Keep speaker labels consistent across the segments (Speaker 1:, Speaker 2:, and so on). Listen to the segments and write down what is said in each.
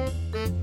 Speaker 1: 好的，好的，好的，好的，好
Speaker 2: 好的，好的，好的，好的，
Speaker 3: 好的，好的，好的，好的，好的，好的，
Speaker 4: 好的，好的，
Speaker 5: 好的，好的，好的，好的，好的，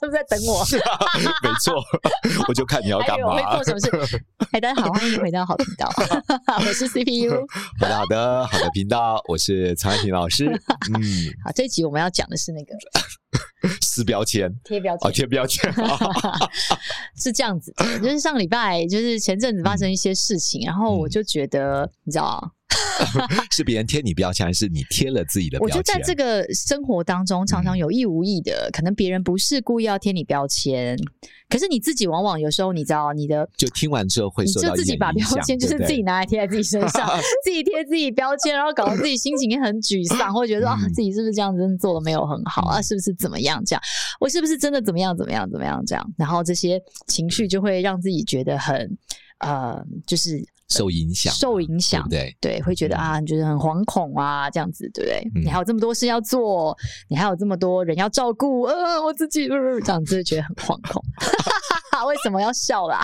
Speaker 5: 是不是在等 我？
Speaker 4: 没 错，我就看你要
Speaker 5: 还
Speaker 4: 干
Speaker 5: 以为
Speaker 4: 嘛
Speaker 5: 哎我。会做什么事？哎，大家好，欢迎回到好频道，我是 CPU。
Speaker 4: 好的，好的，好的频道，我是曹安婷老 师。嗯，
Speaker 5: 好，这一集我们要讲的是那个
Speaker 4: 撕标签，
Speaker 5: 贴标
Speaker 4: 哦，
Speaker 5: 签，
Speaker 4: 贴标 签，
Speaker 5: 是这样子的，就是上礼拜，就是前阵子发生一些事情，然
Speaker 1: 嗯
Speaker 5: 后我就觉得，你知道，
Speaker 4: 是别人贴你标签，还是你贴了自己的标
Speaker 5: 我
Speaker 4: 签？
Speaker 5: 就在这个生活当中，常常有意无意的，可能别人不是故意要贴你标签，可是你自己往往有时候，你知道，你的
Speaker 4: 就听完之后会
Speaker 5: 你
Speaker 4: 受
Speaker 5: 就
Speaker 4: 到
Speaker 5: 自
Speaker 4: 一
Speaker 5: 己
Speaker 4: 点
Speaker 5: 把
Speaker 4: 影
Speaker 5: 标
Speaker 4: 响
Speaker 5: 签，就是
Speaker 4: 对不
Speaker 5: 自
Speaker 4: 对
Speaker 5: 己拿来贴在自己身 上，自己贴自己标签，然后搞得自己心情也很沮丧，会觉得说啊
Speaker 4: 嗯
Speaker 5: 自己是不是这样真的做的没有很好啊，
Speaker 4: 嗯
Speaker 5: 是不是怎么样这样，我是不是真的怎么样怎么样怎么样这样，然后这些情绪就会让自己觉得很呃，就是
Speaker 4: 受影响，
Speaker 5: 受影响
Speaker 4: 对不对？
Speaker 5: 对，会觉得
Speaker 4: 嗯
Speaker 5: 啊，你觉得很惶恐啊，这样子，对不对？
Speaker 4: 嗯
Speaker 5: 你还有这么多事要做，你还有这么多人要照顾，呃，我自己、呃、这样子就觉得很惶恐。 为什么要笑啦？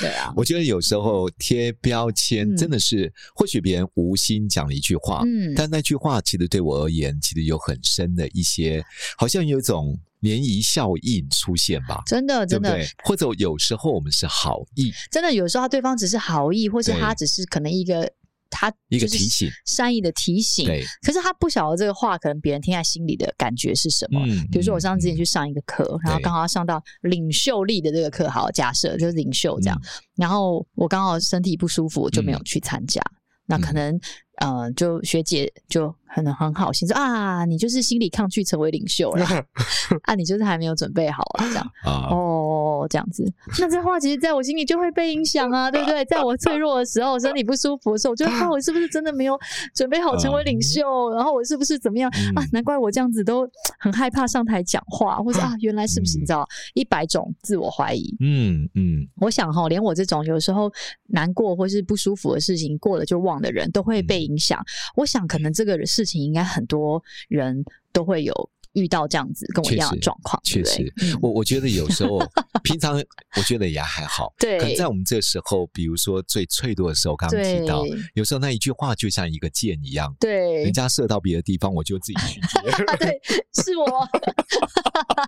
Speaker 5: 对啊，
Speaker 4: 我觉得有时候贴标签真的是，或许别人无心讲了一句话，
Speaker 5: 嗯，
Speaker 4: 但那句话其实对我而言，其实有很深的一些，好像有一种涟漪效应出现吧，
Speaker 5: 真的，
Speaker 4: 对
Speaker 5: 真
Speaker 4: 不
Speaker 5: 的，
Speaker 4: 对？或者有时候我们是好意，
Speaker 5: 真的，有时候他对方只是好意，或是
Speaker 4: 对
Speaker 5: 他只是可能一个他
Speaker 4: 一个
Speaker 5: 就是
Speaker 4: 提醒
Speaker 5: 善意的提醒，
Speaker 4: 对，
Speaker 5: 可是他不晓得这个话，可能别人听在心里的感觉是什么。
Speaker 4: 嗯
Speaker 5: 哦比如说我上次之前去
Speaker 4: 嗯
Speaker 5: 上一个课，然后
Speaker 4: 对
Speaker 5: 刚好要上到领袖力的这个课，好，假设就是领袖
Speaker 4: 嗯
Speaker 5: 这样，然后我刚好身体不舒服，我就没有去参加。
Speaker 4: 嗯
Speaker 5: 那可能，呃，就学姐就很很好心说啊，你就是心理抗拒成为领袖了， 啊，你就是还没有准备好啊，这样。
Speaker 4: 啊，
Speaker 5: 哦，这 样子，那这话其实在我心里就会被影响啊，对不对？在我脆弱的时 候，身体不舒服的时候，我就会啊，我是不是真的没有准备好成为领袖？然后我是不是怎么样啊
Speaker 4: 嗯？
Speaker 5: 难怪我这样子都很害怕上台讲话，或者啊，原来是不是
Speaker 4: 嗯
Speaker 5: 你知道一百种自我怀疑？
Speaker 4: 嗯嗯，
Speaker 5: 我想哈，连我这种有时候难过或是不舒服的事情过了就忘的人，都会被影响。我想，可能这个事情应该很多人都会有遇到这样子跟我一样的
Speaker 4: 确实
Speaker 5: 状况，
Speaker 4: 确
Speaker 5: 对不对嗯
Speaker 4: 实，我我觉得有时候平常我觉得也还好，
Speaker 5: 对
Speaker 4: 可能在我们这时候，比如说最脆弱的时候，刚刚提到，
Speaker 5: 对
Speaker 4: 有时候那一句话就像一个箭一样，
Speaker 5: 对，
Speaker 4: 人家射到别的地方，我就自己去接。
Speaker 5: 啊，对，是我。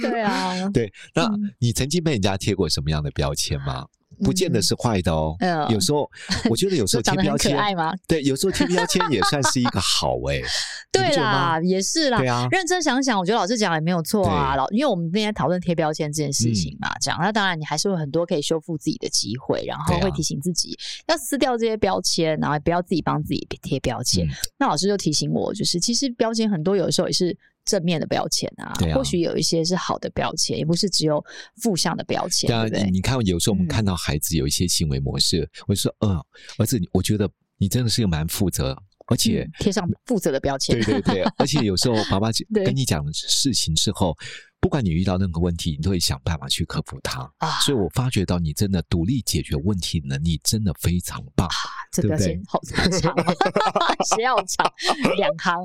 Speaker 5: 对啊，
Speaker 4: 对，那
Speaker 5: 嗯
Speaker 4: 你曾经被人家贴过什么样的标签吗？不见得
Speaker 5: 嗯
Speaker 4: 是坏的哦，
Speaker 5: 嗯
Speaker 4: 有时 候我觉得有时
Speaker 5: 就
Speaker 4: 候贴
Speaker 5: 长得很
Speaker 4: 标
Speaker 5: 可
Speaker 4: 签，
Speaker 5: 爱吗？
Speaker 4: 对，有时候贴标签也算是一个好哎、你
Speaker 5: 对
Speaker 4: 不觉得吗
Speaker 5: 啦，也是啦
Speaker 4: 对。啊，
Speaker 5: 认真想想，我觉得老师讲也没有错啊。
Speaker 4: 对嗯
Speaker 5: 老，因为我们那天讨论贴标签这件事情嘛，讲、那当然你还是有很多可以修复自己的机会，然后
Speaker 4: 对啊
Speaker 5: 会提醒自己、要撕掉这些标签，然后也不要自己帮自己贴标签。
Speaker 4: 嗯
Speaker 5: 那老师就提醒我，就是其实标签很多，有的时候也是正面的标签啊，
Speaker 4: 对啊
Speaker 5: 或许有一些是好的标签，也不是只有负向的标签，
Speaker 4: 对啊
Speaker 5: 对不对，？
Speaker 4: 你看，有时候我们
Speaker 5: 嗯
Speaker 4: 看到孩子有一些行为模式，我就说，嗯，儿子，我觉得你真的是个蛮负责，而且、
Speaker 5: 嗯贴上负责的标签，
Speaker 4: 对对 对，而且有时候爸爸
Speaker 5: 对
Speaker 4: 跟你讲的事情之后，不管你遇到任何问题，你都会想办法去克服它。
Speaker 5: 啊，
Speaker 4: 所以我发觉到你真的独立解决问题能力真的非常棒。
Speaker 5: 这
Speaker 4: 对
Speaker 5: 标
Speaker 4: 不对
Speaker 5: 签好长 哦，写好长，两行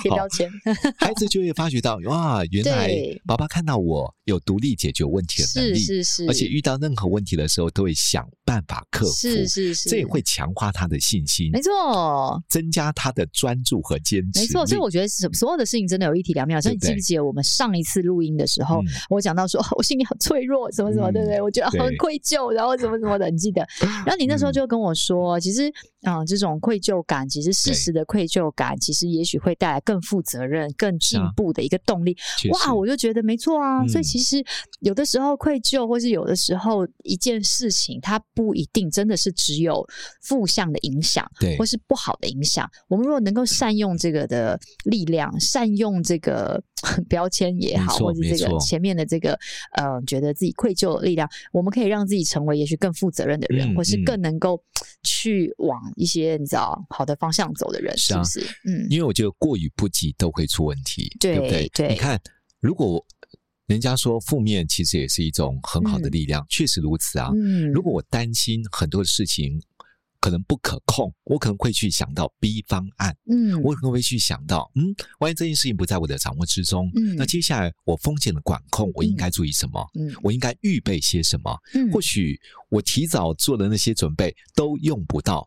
Speaker 5: 贴标签，
Speaker 4: 孩子就会发觉到，哇，原来
Speaker 5: 对
Speaker 4: 爸爸看到我有独立解决问题的能
Speaker 5: 是
Speaker 4: 力，
Speaker 5: 是是，
Speaker 4: 而且遇到任何问题的时候都会想办法克服，
Speaker 5: 是是是，
Speaker 4: 这也会强化他的信心，
Speaker 5: 没错。
Speaker 4: 增加他的专注和坚持力。
Speaker 5: 没错，所以我觉得什所有的事情真的有一体两面。好啊像
Speaker 4: 对
Speaker 5: 你
Speaker 4: 不
Speaker 5: 记不
Speaker 4: 对
Speaker 5: 记得我们上一次录音的时候，
Speaker 4: 嗯
Speaker 5: 我讲到说、哦我心里很脆弱，什么什么，
Speaker 4: 嗯
Speaker 5: 对不对？我觉得
Speaker 4: 对嗯
Speaker 5: 很愧疚，然后什么什么的，你记得？然后你那时候就跟我说，其实，嗯、这种愧疚感，其实适时的愧疚感，其实也许会带来更负责任、更进
Speaker 4: 啊
Speaker 5: 步的一个动力。
Speaker 4: 确实
Speaker 5: 哇，我就觉得没错啊。所以
Speaker 4: 嗯
Speaker 5: 其实有的时候愧疚，或是有的时候一件事情，它不一定真的是只有负向的影响，
Speaker 4: 对
Speaker 5: 或是不好的影响。我们如果能够善用这个的力量，善用这个 标签也好，
Speaker 4: 没错
Speaker 5: 或者
Speaker 4: 没
Speaker 5: 这个
Speaker 4: 错
Speaker 5: 前面的这个呃，觉得自己愧疚的力量，我们可以让自己成为也许更负责任的人，
Speaker 4: 嗯
Speaker 5: 或是
Speaker 4: 嗯
Speaker 5: 更能够去往一些你知道好的方向走的人，
Speaker 4: 是
Speaker 5: 是不
Speaker 4: 啊
Speaker 5: 是？嗯，
Speaker 4: 因为我觉得过于不及都会出问题，
Speaker 5: 对
Speaker 4: 不对？
Speaker 5: 对
Speaker 4: 你看，如果人家说负面其实也是一种很好的
Speaker 5: 嗯
Speaker 4: 力量，确实如此啊。
Speaker 5: 嗯
Speaker 4: 如果我担心很多事情可能不可控，我可能会去想到 B 方案，
Speaker 5: 嗯，
Speaker 4: 我可能会去想到，嗯，万一这件事情不在我的掌握之中，
Speaker 5: 嗯
Speaker 4: 那接下来我风险的管控，我应该注意什么？
Speaker 5: 嗯
Speaker 4: 我应该预备些什么？
Speaker 5: 嗯
Speaker 4: 或许我提早做的那些准备都用不到，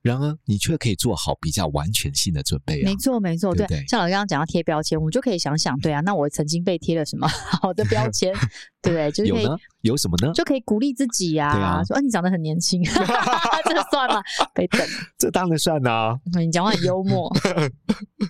Speaker 4: 然而你却可以做好比较完全性的准备啊
Speaker 5: 没。错，没错，
Speaker 4: 对
Speaker 5: 对
Speaker 4: 不对
Speaker 5: 像老师刚刚讲到贴标签，我就可以想想，对啊，那我曾经被贴了什 么好的标签？对不对，就是
Speaker 4: 有
Speaker 5: 可以
Speaker 4: 呢，有什么呢？
Speaker 5: 就可以鼓励自己呀、
Speaker 4: 对啊
Speaker 5: 说啊你长得很年 轻，这算吗？被等，嗯
Speaker 4: 这当然算啦、
Speaker 5: 你讲话很幽默，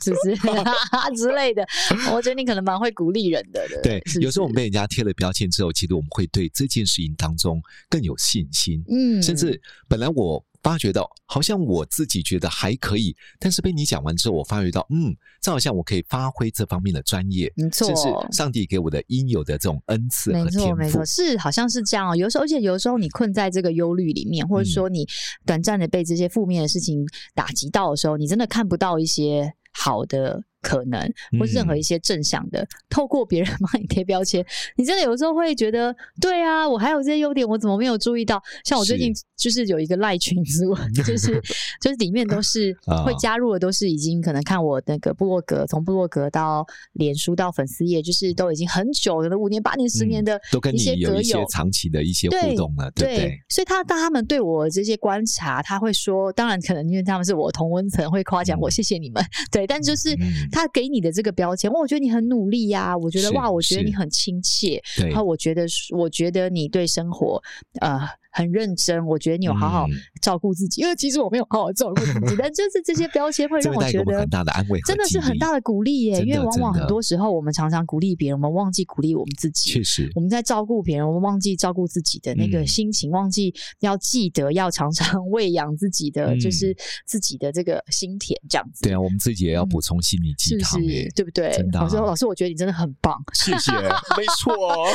Speaker 5: 是不是 之类的？我觉得你可能蛮会鼓励人的，
Speaker 4: 对，
Speaker 5: 呃是不
Speaker 4: 有时候我
Speaker 5: 是
Speaker 4: 们被人家贴了标签之后，其实我们会对这件事情当中更有信心，
Speaker 5: 嗯，
Speaker 4: 甚至本来我发觉到，好像我自己觉得还可以，但是被你讲完之后，我发觉到，嗯，这好像我可以发挥这方面的专业，
Speaker 5: 没
Speaker 4: 这
Speaker 5: 错，
Speaker 4: 是上帝给我的应有的这种恩赐
Speaker 5: 没
Speaker 4: 和
Speaker 5: 错，
Speaker 4: 天
Speaker 5: 没
Speaker 4: 赋
Speaker 5: 错，。是好像是这样哦。有时候，而且有时候你困在这个忧虑里面，或
Speaker 4: 嗯
Speaker 5: 者说你短暂的被这些负面的事情打击到的时候，你真的看不到一些好的可能，或是任
Speaker 4: 嗯
Speaker 5: 何一些正向的。透过别人帮你贴标签，你真的有时候会觉得，对啊，我还有这些优点，我怎么没有注意到？像我最近就是有一个赖群组， 就是就是里面都是
Speaker 4: 啊
Speaker 5: 会加入的，都是已经可能看我那个部落格，从部落格到脸书到粉丝页，就是都已经很久了，五年八年十年的
Speaker 4: 都跟
Speaker 5: 一
Speaker 4: 你
Speaker 5: 些
Speaker 4: 有
Speaker 5: 歌
Speaker 4: 一些
Speaker 5: 友。
Speaker 4: 长期的一些互
Speaker 5: 对
Speaker 4: 动了，嗯对不对？
Speaker 5: 所以他当他们对我这些观察，他会说，当然可能因为他们是我同温层，会夸奖
Speaker 4: 嗯
Speaker 5: 我，谢谢你们。 对，但就是
Speaker 4: 嗯
Speaker 5: 他给你的这个标签，哇我觉得你很努力呀、我觉得
Speaker 4: 是
Speaker 5: 哇，我觉得
Speaker 4: 是
Speaker 5: 你很亲切，
Speaker 4: 对
Speaker 5: 然后我觉得是我觉得你对生活呃很认真，我觉得你有好好
Speaker 4: 嗯
Speaker 5: 照顾自己，因为其实我没有好好照顾自 己，但就是这些标签会
Speaker 4: 这
Speaker 5: 让
Speaker 4: 会带给
Speaker 5: 觉
Speaker 4: 我们
Speaker 5: 得
Speaker 4: 很。大的安慰和
Speaker 5: 真的
Speaker 4: 激
Speaker 5: 是很
Speaker 4: 励
Speaker 5: 大的鼓励耶，
Speaker 4: 真
Speaker 5: 因为
Speaker 4: 的
Speaker 5: 往
Speaker 4: 真
Speaker 5: 往很
Speaker 4: 的
Speaker 5: 多时候我们常常鼓励别人，我们忘记鼓励我们自己。
Speaker 4: 确实
Speaker 5: 我们在照顾别人，我们忘记照顾自己的那个
Speaker 4: 嗯
Speaker 5: 心情，忘记要记得要常常 喂养自己的，
Speaker 4: 嗯
Speaker 5: 就是自己的这个心田，这样子。
Speaker 4: 对啊，我们自己也要
Speaker 5: 嗯
Speaker 4: 补充心理鸡
Speaker 5: 是不
Speaker 4: 汤诶
Speaker 5: 是，对不对
Speaker 4: 真？的
Speaker 5: 老师，
Speaker 4: 啊
Speaker 5: 老师，我觉得你真的很棒。
Speaker 4: 谢谢，没错哦，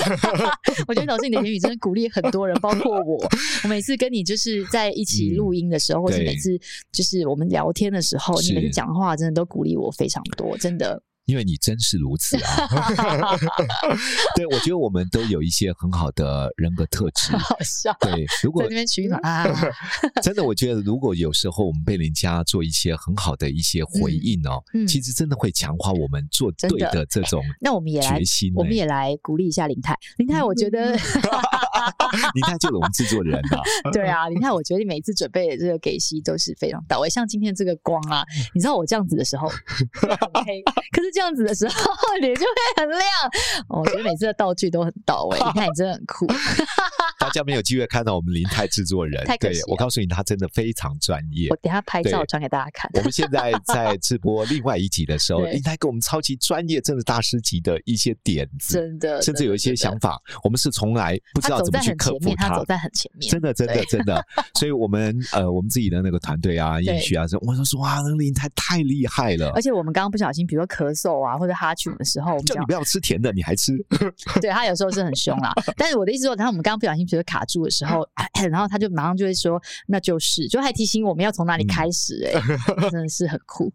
Speaker 5: 我觉得老师你的言语真的鼓励很多人，包括我。我每次跟你就是在一起录音的时候，或是
Speaker 4: 嗯对
Speaker 5: 每次就是我们聊天的时候，你每次
Speaker 4: 是
Speaker 5: 讲的话真的都鼓励我非常多，真的。
Speaker 4: 因为你真是如此啊。 对，我觉得我们都有一些很好的人格特 质。
Speaker 5: 好笑，
Speaker 4: 对，如
Speaker 5: 在
Speaker 4: 果
Speaker 5: 那边 取暖啊，
Speaker 4: 真的，我觉得如果有时候我们被人家做一些很好的一些回应哦，
Speaker 5: 嗯嗯
Speaker 4: 其实真的会强化我们做
Speaker 5: 真
Speaker 4: 对
Speaker 5: 的
Speaker 4: 的这种
Speaker 5: 那我们也来
Speaker 4: 决心、欸。
Speaker 5: 我们也来鼓励一下林泰。林泰，我觉得
Speaker 4: 你看，就是我们制作人 啊，
Speaker 5: 对啊，林泰，我觉得你每次准备的这个给息都是非常到位。像今天这个光啊，你知道我这样子的时候会很黑，可是这样子的时候 脸就会很亮。哦我觉得每次的道具都很到位，你看你真的很 酷。
Speaker 4: 大家没有机会看到我们林泰制作人
Speaker 5: 太，可
Speaker 4: 对
Speaker 5: 惜
Speaker 4: 我告诉你，他真的非常专业
Speaker 5: 我。等一下拍照
Speaker 4: 对
Speaker 5: 传给大家看。
Speaker 4: 我们现在在直播另外一集的时候，
Speaker 5: 对
Speaker 4: 林泰给我们超级专业，真的大师级的一些点子，
Speaker 5: 真的，
Speaker 4: 甚至
Speaker 5: 真的
Speaker 4: 有一些
Speaker 5: 真的
Speaker 4: 想法，我们是从来不知
Speaker 5: 他
Speaker 4: 道
Speaker 5: 走
Speaker 4: 怎么
Speaker 5: 在
Speaker 4: 去
Speaker 5: 很
Speaker 4: 克
Speaker 5: 前
Speaker 4: 服
Speaker 5: 面，他走在很前面
Speaker 4: 真。的，真的，真 的，所以我们呃，我们自己的那个团队啊，
Speaker 5: 对
Speaker 4: 也许啊，说我就说哇，那个林泰太厉害了
Speaker 5: 而，且我们刚刚不小心，比如说咳嗽啊，或者哈欠的时候，我们
Speaker 4: 叫
Speaker 5: 讲
Speaker 4: 你不要吃甜的，你还 吃，
Speaker 5: 对他有时候是很 凶啦。但是我的意思说，然后我们刚刚不小心，比如卡住的时候， 然后他就马上就会说，那就是，就还提醒我们要从
Speaker 4: 嗯
Speaker 5: 哪里开始、欸，真的是很 酷。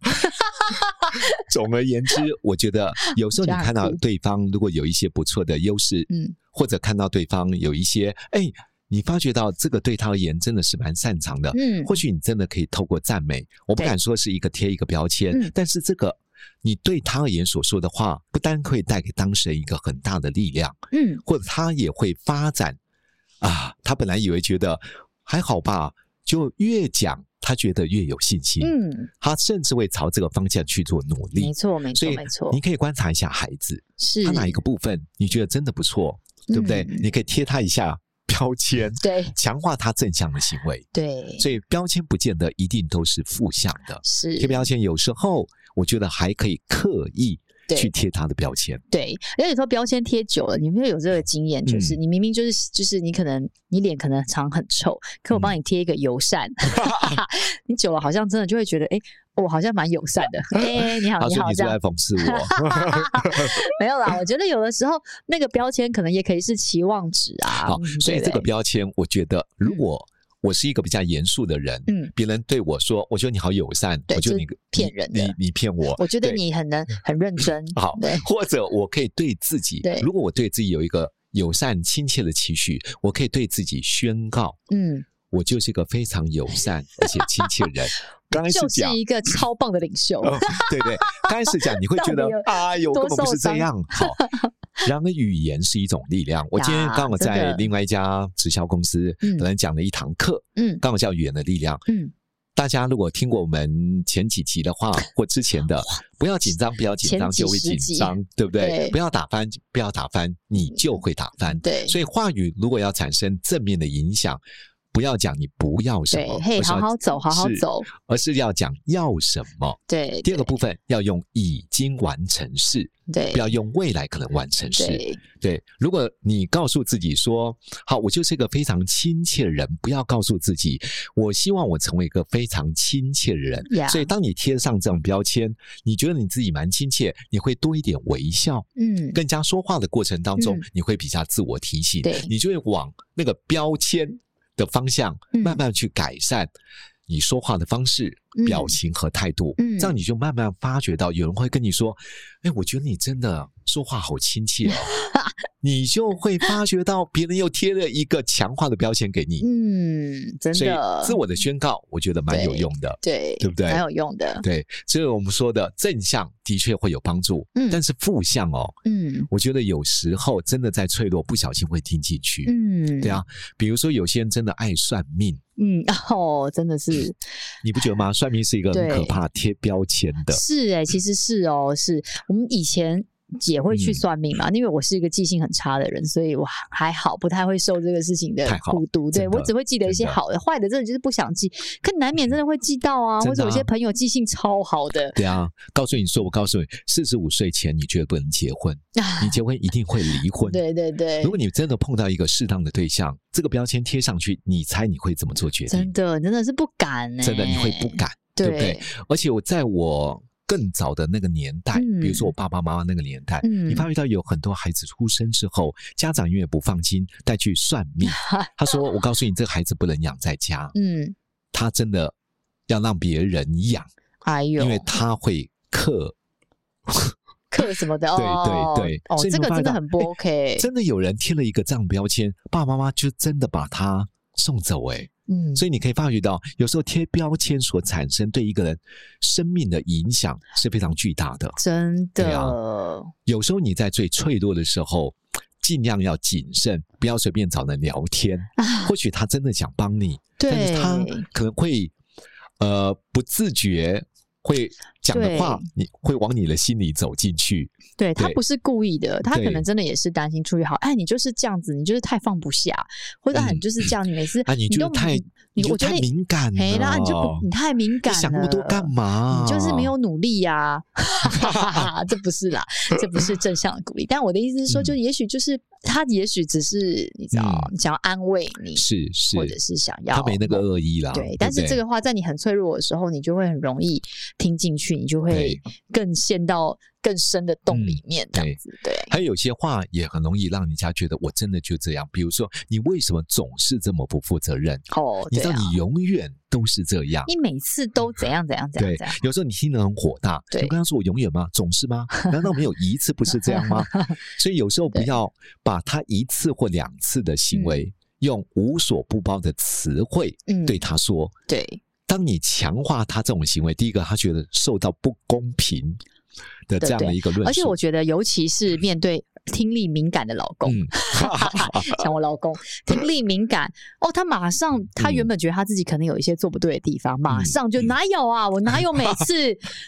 Speaker 4: 总而言之，我觉 得有时候你
Speaker 5: 这样
Speaker 4: 看到
Speaker 5: 子
Speaker 4: 对方如果有一些不错的优势，
Speaker 5: 嗯，
Speaker 4: 或者看到对方有一些，哎，你发觉到这个对他而言真的是蛮擅长的，
Speaker 5: 嗯，
Speaker 4: 或许你真的可以透过赞美，我不
Speaker 5: 对
Speaker 4: 敢说是一个贴一个标签
Speaker 5: 嗯，
Speaker 4: 但是这个。你对他而言所说的话，不单可以带给当事人一个很大的力量，
Speaker 5: 嗯，
Speaker 4: 或者他也会发展啊。他本来以为觉得还好吧，就越讲他觉得越有信心，
Speaker 5: 嗯，
Speaker 4: 他甚至会朝这个方向去做努力
Speaker 5: 没。错，没
Speaker 4: 所
Speaker 5: 错，
Speaker 4: 以
Speaker 5: 没错
Speaker 4: 你，可以观察一下孩子，
Speaker 5: 是
Speaker 4: 他哪一个部分你觉得真的不错，对不对？
Speaker 5: 嗯
Speaker 4: 你可以贴他一下标签，
Speaker 5: 对
Speaker 4: 强化他正向的行为。
Speaker 5: 对
Speaker 4: 所以标签不见得一定都是负向的，
Speaker 5: 是
Speaker 4: 贴标签有时候我觉得还可以刻意
Speaker 5: 对
Speaker 4: 去贴他的标签。
Speaker 5: 对，而且说标签贴久了，你没有有这个经验，就是、
Speaker 4: 嗯
Speaker 5: 你明明就是就是你可能你脸可能常很臭，可我帮
Speaker 4: 嗯
Speaker 5: 你贴一个 友善， 你久了好像真的就会觉得，哎、我好像蛮友善的， 哎、你好，
Speaker 4: 他
Speaker 5: 你
Speaker 4: 说
Speaker 5: 好，
Speaker 4: 你是不是
Speaker 5: 这
Speaker 4: 在
Speaker 5: 样
Speaker 4: 讽刺 我，
Speaker 5: 没有啦。我觉得有的时候那个标签可能也可以是期望值啊，
Speaker 4: 好
Speaker 5: 嗯，
Speaker 4: 所以
Speaker 5: 对
Speaker 4: 这个
Speaker 5: 不对
Speaker 4: 标签，我觉得如果我是一个比较严肃的人，
Speaker 5: 嗯，
Speaker 4: 别人对我说，我觉得你好友善，
Speaker 5: 对
Speaker 4: 我觉得
Speaker 5: 就
Speaker 4: 你
Speaker 5: 骗人
Speaker 4: 你
Speaker 5: 的
Speaker 4: 你你骗我，
Speaker 5: 我觉得
Speaker 4: 对嗯
Speaker 5: 你很能很认真，
Speaker 4: 好
Speaker 5: 对，
Speaker 4: 或者我可以对自己
Speaker 5: 对，
Speaker 4: 如果我对自己有一个友善亲切的期许，我可以对自己宣告，
Speaker 5: 嗯，
Speaker 4: 我就是一个非常友善而且亲切的 人。刚开始
Speaker 5: 就
Speaker 4: 讲
Speaker 5: 是，一个超棒的领袖。
Speaker 4: 哦对对，刚开始讲你会觉得
Speaker 5: 到底有
Speaker 4: 哎呦，根本
Speaker 5: 多
Speaker 4: 不
Speaker 5: 受
Speaker 4: 是这
Speaker 5: 伤
Speaker 4: 样。好，然而语言是一种力量。我今天
Speaker 5: 呀
Speaker 4: 刚好
Speaker 5: 真
Speaker 4: 在
Speaker 5: 的
Speaker 4: 另外一家直销公司，
Speaker 5: 嗯
Speaker 4: 可能讲了一堂课，
Speaker 5: 嗯
Speaker 4: 刚好叫语言的力量。
Speaker 5: 嗯，
Speaker 4: 大家如果听过我们前几集的话，或之前的，不要紧张，不要紧
Speaker 5: 前
Speaker 4: 张
Speaker 5: 几
Speaker 4: 就会
Speaker 5: 十
Speaker 4: 紧
Speaker 5: 集
Speaker 4: 张，对不对？
Speaker 5: 对嗯
Speaker 4: 不要打翻，不要打翻，你就会打翻。
Speaker 5: 对
Speaker 4: 所以话语如果要产生正面的影响，不要讲你不要什
Speaker 5: 对
Speaker 4: 么，，
Speaker 5: 嘿，
Speaker 4: 而是要
Speaker 5: 好好走，好好，走，
Speaker 4: 是而是要讲要什么。
Speaker 5: 对，
Speaker 4: 第二个部分要用已经完成式，
Speaker 5: 对
Speaker 4: 不要用未来可能完成式。
Speaker 5: 对
Speaker 4: 对，如果你告诉自己说：“好，我就是一个非常亲切的人。”不要告诉自己：“我希望我成为一个非常亲切的人。
Speaker 5: Yeah
Speaker 4: 所以，当你贴上这种标签，你觉得你自己蛮亲切，你会多一点微笑。
Speaker 5: 嗯，
Speaker 4: 跟人家说话的过程当中，
Speaker 5: 嗯
Speaker 4: 你会比较自我提醒
Speaker 5: 对，
Speaker 4: 你就会往那个标签的方向
Speaker 5: 嗯
Speaker 4: 慢慢去改善。你说话的方式、
Speaker 5: 嗯
Speaker 4: 表情和态度，
Speaker 5: 嗯
Speaker 4: 这样你就慢慢发觉到，有人会跟你说：“哎，我觉得你真的说话好亲切哦。” 你就会发觉到别人又贴了一个强化的标签给你，
Speaker 5: 嗯，真
Speaker 4: 所以
Speaker 5: 的，
Speaker 4: 自我的宣告，我觉得蛮有用的。
Speaker 5: 对
Speaker 4: 对不对
Speaker 5: 蛮有用的，
Speaker 4: 对，所以我们说的正向的确会有帮助，
Speaker 5: 嗯
Speaker 4: 但是负向哦，
Speaker 5: 嗯
Speaker 4: 我觉得有时候真的在脆弱，不小心会听进去。
Speaker 5: 嗯，
Speaker 4: 对，啊，比如说有些人真的爱算命，
Speaker 5: 嗯，哦，真的是
Speaker 4: 你不觉得吗？算命是一个很
Speaker 5: 对
Speaker 4: 可怕贴标签的。
Speaker 5: 是哎、其实是哦，是我们以前。也会去
Speaker 4: 嗯
Speaker 5: 算命嘛，因为我是一个记性很差的人，所以我还好，不太会受这个事情的
Speaker 4: 太好
Speaker 5: 荼毒。对
Speaker 4: 真的
Speaker 5: 我只会记得一些
Speaker 4: 真的
Speaker 5: 好的，坏的真的就是不想记。可难免真的会记到啊，
Speaker 4: 真的
Speaker 5: 或者有
Speaker 4: 啊
Speaker 5: 些朋友记性超好的，
Speaker 4: 对啊，告诉你说，我告诉你，四十五岁前你绝对不能结 婚，你结婚一定会离婚。
Speaker 5: 对对对
Speaker 4: 如，果你真的碰到一个适当的对象，这个标签贴上去，你猜你会怎么做决定
Speaker 5: 真？的真的是不敢欸呢、
Speaker 4: 真的你会不敢，对不对？而且我在我更早的那个年代，
Speaker 5: 嗯
Speaker 4: 比如说我爸爸妈妈那个年代，
Speaker 5: 嗯
Speaker 4: 你发觉到有很多孩子出生之后，家长永远不放心，带去算 命。他说：“我告诉你，这个孩子不能养在家，
Speaker 5: 嗯，
Speaker 4: 他真的要让别人养，
Speaker 5: 哎呦，
Speaker 4: 因为他会克。”
Speaker 5: 课什么的，
Speaker 4: 对
Speaker 5: 哦
Speaker 4: 对对
Speaker 5: 哦，
Speaker 4: 所以
Speaker 5: 这
Speaker 4: 你会
Speaker 5: 个
Speaker 4: 发
Speaker 5: 真
Speaker 4: 现
Speaker 5: 的
Speaker 4: 到
Speaker 5: 很不
Speaker 4: 哎
Speaker 5: OK，
Speaker 4: 真的有人贴了一个这样标签，爸爸妈妈就真的把他送走哎、
Speaker 5: 嗯，
Speaker 4: 所以你可以发觉到，有时候贴标签所产生对一个人生命的影响是非常巨大的。
Speaker 5: 真
Speaker 4: 对啊
Speaker 5: 的，
Speaker 4: 有时候你在最脆弱的时候，尽量要谨慎，不要随便找人聊天。或许他真的想帮你，但是他
Speaker 5: 啊对
Speaker 4: 可能会呃不自觉会讲的话，你会往你的心里走进去。
Speaker 5: 对他
Speaker 4: 对
Speaker 5: 不是故意的，他可
Speaker 4: 对
Speaker 5: 能真的也是担心出于好，哎，你就是这样子，你就是太放不下，或者哎，
Speaker 4: 嗯
Speaker 5: 你就是这样，你每次
Speaker 4: 啊，你就
Speaker 5: 都
Speaker 4: 是太
Speaker 5: 你
Speaker 4: 就
Speaker 5: 我觉得
Speaker 4: 太敏感了，
Speaker 5: 哎，那你就不你太敏感
Speaker 4: 你
Speaker 5: 了，
Speaker 4: 想那么多干嘛？
Speaker 5: 你就是没有努力 呀、哈，这不是啦，这不是正向的鼓励。但我的意思是说，
Speaker 4: 嗯
Speaker 5: 就也许就是他，也许只是你知道，想要安慰你，
Speaker 4: 是是，
Speaker 5: 或者是想要
Speaker 4: 他没那个恶意啦。
Speaker 5: 对
Speaker 4: 不，
Speaker 5: 但是这个话在你很脆弱的时候，你就会很容易听进去，你就会
Speaker 4: 对嗯
Speaker 5: 更陷到更深的洞里面，这样
Speaker 4: 对
Speaker 5: 子。对，
Speaker 4: 还有些话也很容易让人家觉得我真的就这样，比如说你为什么总是这么不负责任？
Speaker 5: 哦，
Speaker 4: 你
Speaker 5: 对
Speaker 4: 知道
Speaker 5: 啊，
Speaker 4: 你永远都是这样。
Speaker 5: 你每次都怎样怎样怎样
Speaker 4: 啊嗯对
Speaker 5: 怎样，，
Speaker 4: 有时候你听得很火大，
Speaker 5: 对
Speaker 4: 你刚刚说我永远吗？总是吗？难道没有一次不是这 样吗？所以有时候不
Speaker 5: 对
Speaker 4: 要把他一次或两次的行
Speaker 5: 嗯
Speaker 4: 为，用无所不包的词汇
Speaker 5: 嗯
Speaker 4: 对他说，
Speaker 5: 对，
Speaker 4: 当你强化他这种行为，第一个他觉得受到不公平的这样的一个论述，
Speaker 5: 而且我觉得，尤其是面对听力敏感的老公，
Speaker 4: 嗯，
Speaker 5: 像我老公 听力敏感哦，他马上
Speaker 4: 嗯
Speaker 5: 他原本觉得他自己可能有一些做不对的地方，马上就哪有啊，我哪有每次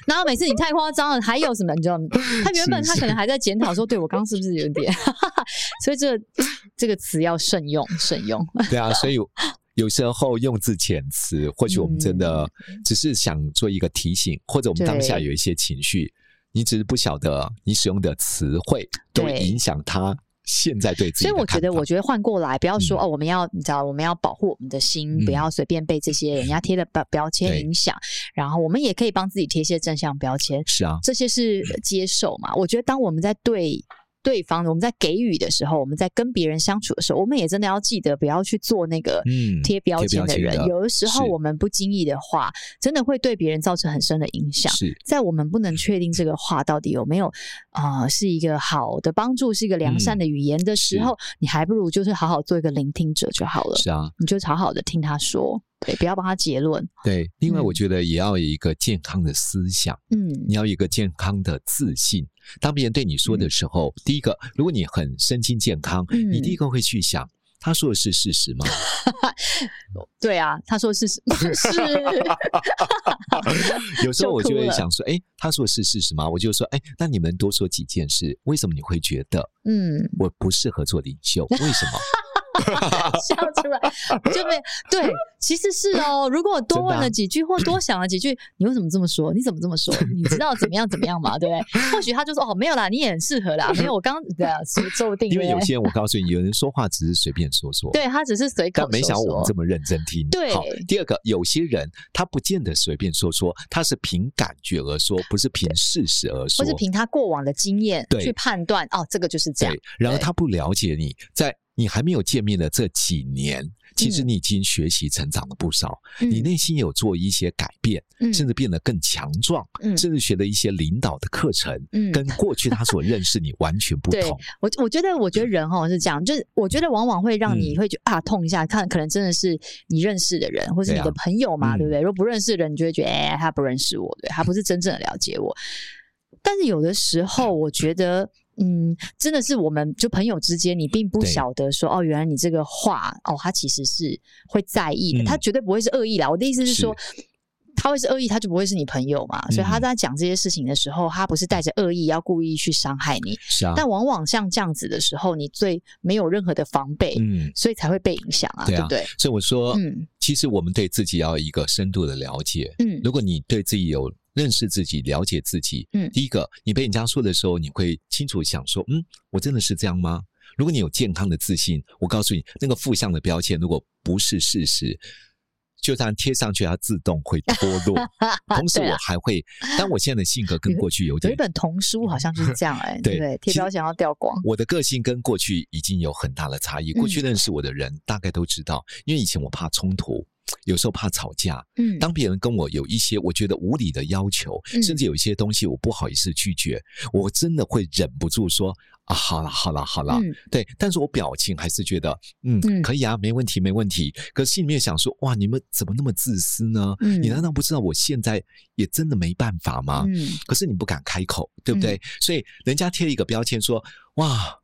Speaker 5: 哪有每次你太夸张了，还有什么你知道吗？他原本
Speaker 4: 是
Speaker 5: 他可能还在检讨说，对我刚刚是不是有点， 所以这这个词要慎用慎用，
Speaker 4: 对啊，所以有有时候用字遣词，或许我们真的只是想做一个提醒，或者我们当下
Speaker 5: 嗯对
Speaker 4: 有一些情绪，你只是不晓得你使用的词汇都会
Speaker 5: 对
Speaker 4: 影响他现在对自己
Speaker 5: 所
Speaker 4: 的
Speaker 5: 以我觉得，
Speaker 4: 看法
Speaker 5: 我觉得换过来，不要说、
Speaker 4: 嗯
Speaker 5: 哦，我们要你知道，我们要保护我们的心，
Speaker 4: 嗯
Speaker 5: 不要随便被这些人家贴的标标签
Speaker 4: 对
Speaker 5: 影响，然后我们也可以帮自己贴一些正向标签，
Speaker 4: 是啊，
Speaker 5: 这些是接受嘛？我觉得当我们在对对方，我们在给予的时候，我们在跟别人相处的时候，我们也真的要记得不要去做那个
Speaker 4: 嗯
Speaker 5: 贴标
Speaker 4: 贴
Speaker 5: 签
Speaker 4: 标
Speaker 5: 的
Speaker 4: 签
Speaker 5: 人。
Speaker 4: 的
Speaker 5: 有的时候
Speaker 4: 是
Speaker 5: 我们不经意的话，真的会对别人造成很深的影响。
Speaker 4: 是
Speaker 5: 在我们不能确定这个话到底有没有啊、呃是一个好的帮助，是一个良善的
Speaker 4: 嗯
Speaker 5: 语言的时候，你还不如就是好好做一个聆听者就好了。
Speaker 4: 是啊，
Speaker 5: 你就好好的听他说，对，不要帮他结论。
Speaker 4: 对。另外，
Speaker 5: 嗯
Speaker 4: 我觉得也要有一个健康的思想，
Speaker 5: 嗯
Speaker 4: 你要有一个健康的自信。当别人对你说的时候，第一个，如果你很身心健康，
Speaker 5: 嗯
Speaker 4: 你第一个会去想。他说的是事实吗？
Speaker 5: 对啊，他说是什 么？是，
Speaker 4: 有时候我就
Speaker 5: 就哭
Speaker 4: 会
Speaker 5: 了
Speaker 4: 想说，哎，他说的是事实吗？我就说，哎，那你们多说几件事，为什么你会觉得
Speaker 5: 嗯，
Speaker 4: 我不适合做领袖？为什 么？
Speaker 5: 笑出来就被对，其实是哦。如果我多
Speaker 4: 真的
Speaker 5: 问
Speaker 4: 啊
Speaker 5: 了几句或多想了几句，你为什么这么说？你怎么这么说？你知道怎么样怎么样嘛？对不对？或许他就说哦，没有啦，你也很适合啦，没有我刚 对啊，是说不定
Speaker 4: 因为
Speaker 5: 对不
Speaker 4: 有
Speaker 5: 对
Speaker 4: 些人，我告诉你，有人说话只是随便说说，
Speaker 5: 对他只是随口
Speaker 4: 但没想到我们
Speaker 5: 说
Speaker 4: 这
Speaker 5: 说
Speaker 4: 么认真听。
Speaker 5: 对
Speaker 4: 好，第二个，有些人他不见得随便说说，他是凭感觉而说，不是凭事实而说。
Speaker 5: 或是凭他过往的经验
Speaker 4: 对
Speaker 5: 去判断哦，这个就是这样
Speaker 4: 对。，然后
Speaker 5: 对
Speaker 4: 他不了解你，在你还没有见面的这几年，其
Speaker 5: 嗯
Speaker 4: 实你已经学习成长了不少，你内心有做一些改变，
Speaker 5: 嗯
Speaker 4: 甚至变得更强壮，
Speaker 5: 嗯
Speaker 4: 甚至学了一些领导的课程，
Speaker 5: 嗯
Speaker 4: 跟过去他所认识你完全不
Speaker 5: 对
Speaker 4: 同。
Speaker 5: 我我觉得，我觉得人哦是这样，就是我觉得往往会让你
Speaker 4: 嗯
Speaker 5: 会觉得、啊痛一下，看可能真的是你认识的人，或是
Speaker 4: 对
Speaker 5: 你
Speaker 4: 啊
Speaker 5: 的朋友嘛，
Speaker 4: 嗯
Speaker 5: 对不对？如果不认识的人，你就会觉得哎、他不认识我，对他不是真正的了解我。但是有的时候，我觉得。嗯，真的是我们就朋友之间，你并不
Speaker 4: 对
Speaker 5: 晓得说哦，原来你这个话哦，他其实是会在意的，
Speaker 4: 嗯
Speaker 5: 他绝对不会是恶意啦。我的意思是说，他会是恶意，他就不会是你朋友嘛。所以他
Speaker 4: 嗯
Speaker 5: 在讲这些事情的时候，他不是带着恶意要故意去伤害你，
Speaker 4: 是啊，
Speaker 5: 但往往像这样子的时候，你最没有任何的防备，
Speaker 4: 嗯，
Speaker 5: 所以才会被影响啊，
Speaker 4: 对
Speaker 5: 对
Speaker 4: 啊
Speaker 5: 不对？
Speaker 4: 所以我说，
Speaker 5: 嗯
Speaker 4: 其实我们对自己要有一个深度的了解。
Speaker 5: 嗯
Speaker 4: 如果你对自己有认识自己、了解自己，
Speaker 5: 嗯
Speaker 4: 第一个，你被人家说的时候，你会清楚想说，嗯，我真的是这样吗？如果你有健康的自信，我告诉你，那个负向的标签如果不是事实，就算贴上去，它自动会脱 落。同时，
Speaker 5: 对啊
Speaker 4: 我还会，但我现在的性格跟过去 有
Speaker 5: 有
Speaker 4: 点
Speaker 5: 一本童书好像就是这样、哎，
Speaker 4: 嗯对
Speaker 5: 对不对？
Speaker 4: 其
Speaker 5: 贴
Speaker 4: 实
Speaker 5: 标签要掉光，嗯
Speaker 4: 我的个性跟过去已经有很大的差异。过去认识我的人大概都知道，因为以前我怕冲突，有时候怕吵架。
Speaker 5: 嗯，
Speaker 4: 当别人跟我有一些我觉得无理的要求，
Speaker 5: 嗯
Speaker 4: 甚至有一些东西我不好意思拒绝，我真的会忍不住说啊，好了好了好了，
Speaker 5: 嗯
Speaker 4: 对。但是我表情还是觉得嗯
Speaker 5: 嗯
Speaker 4: 可以啊，没问题没问题。可是心里面想说哇，你们怎么那么自私呢？
Speaker 5: 嗯
Speaker 4: 你难道不知道我现在也真的没办法吗？
Speaker 5: 嗯
Speaker 4: 可是你不敢开口，对不对？所以人家贴一个标签说：“哇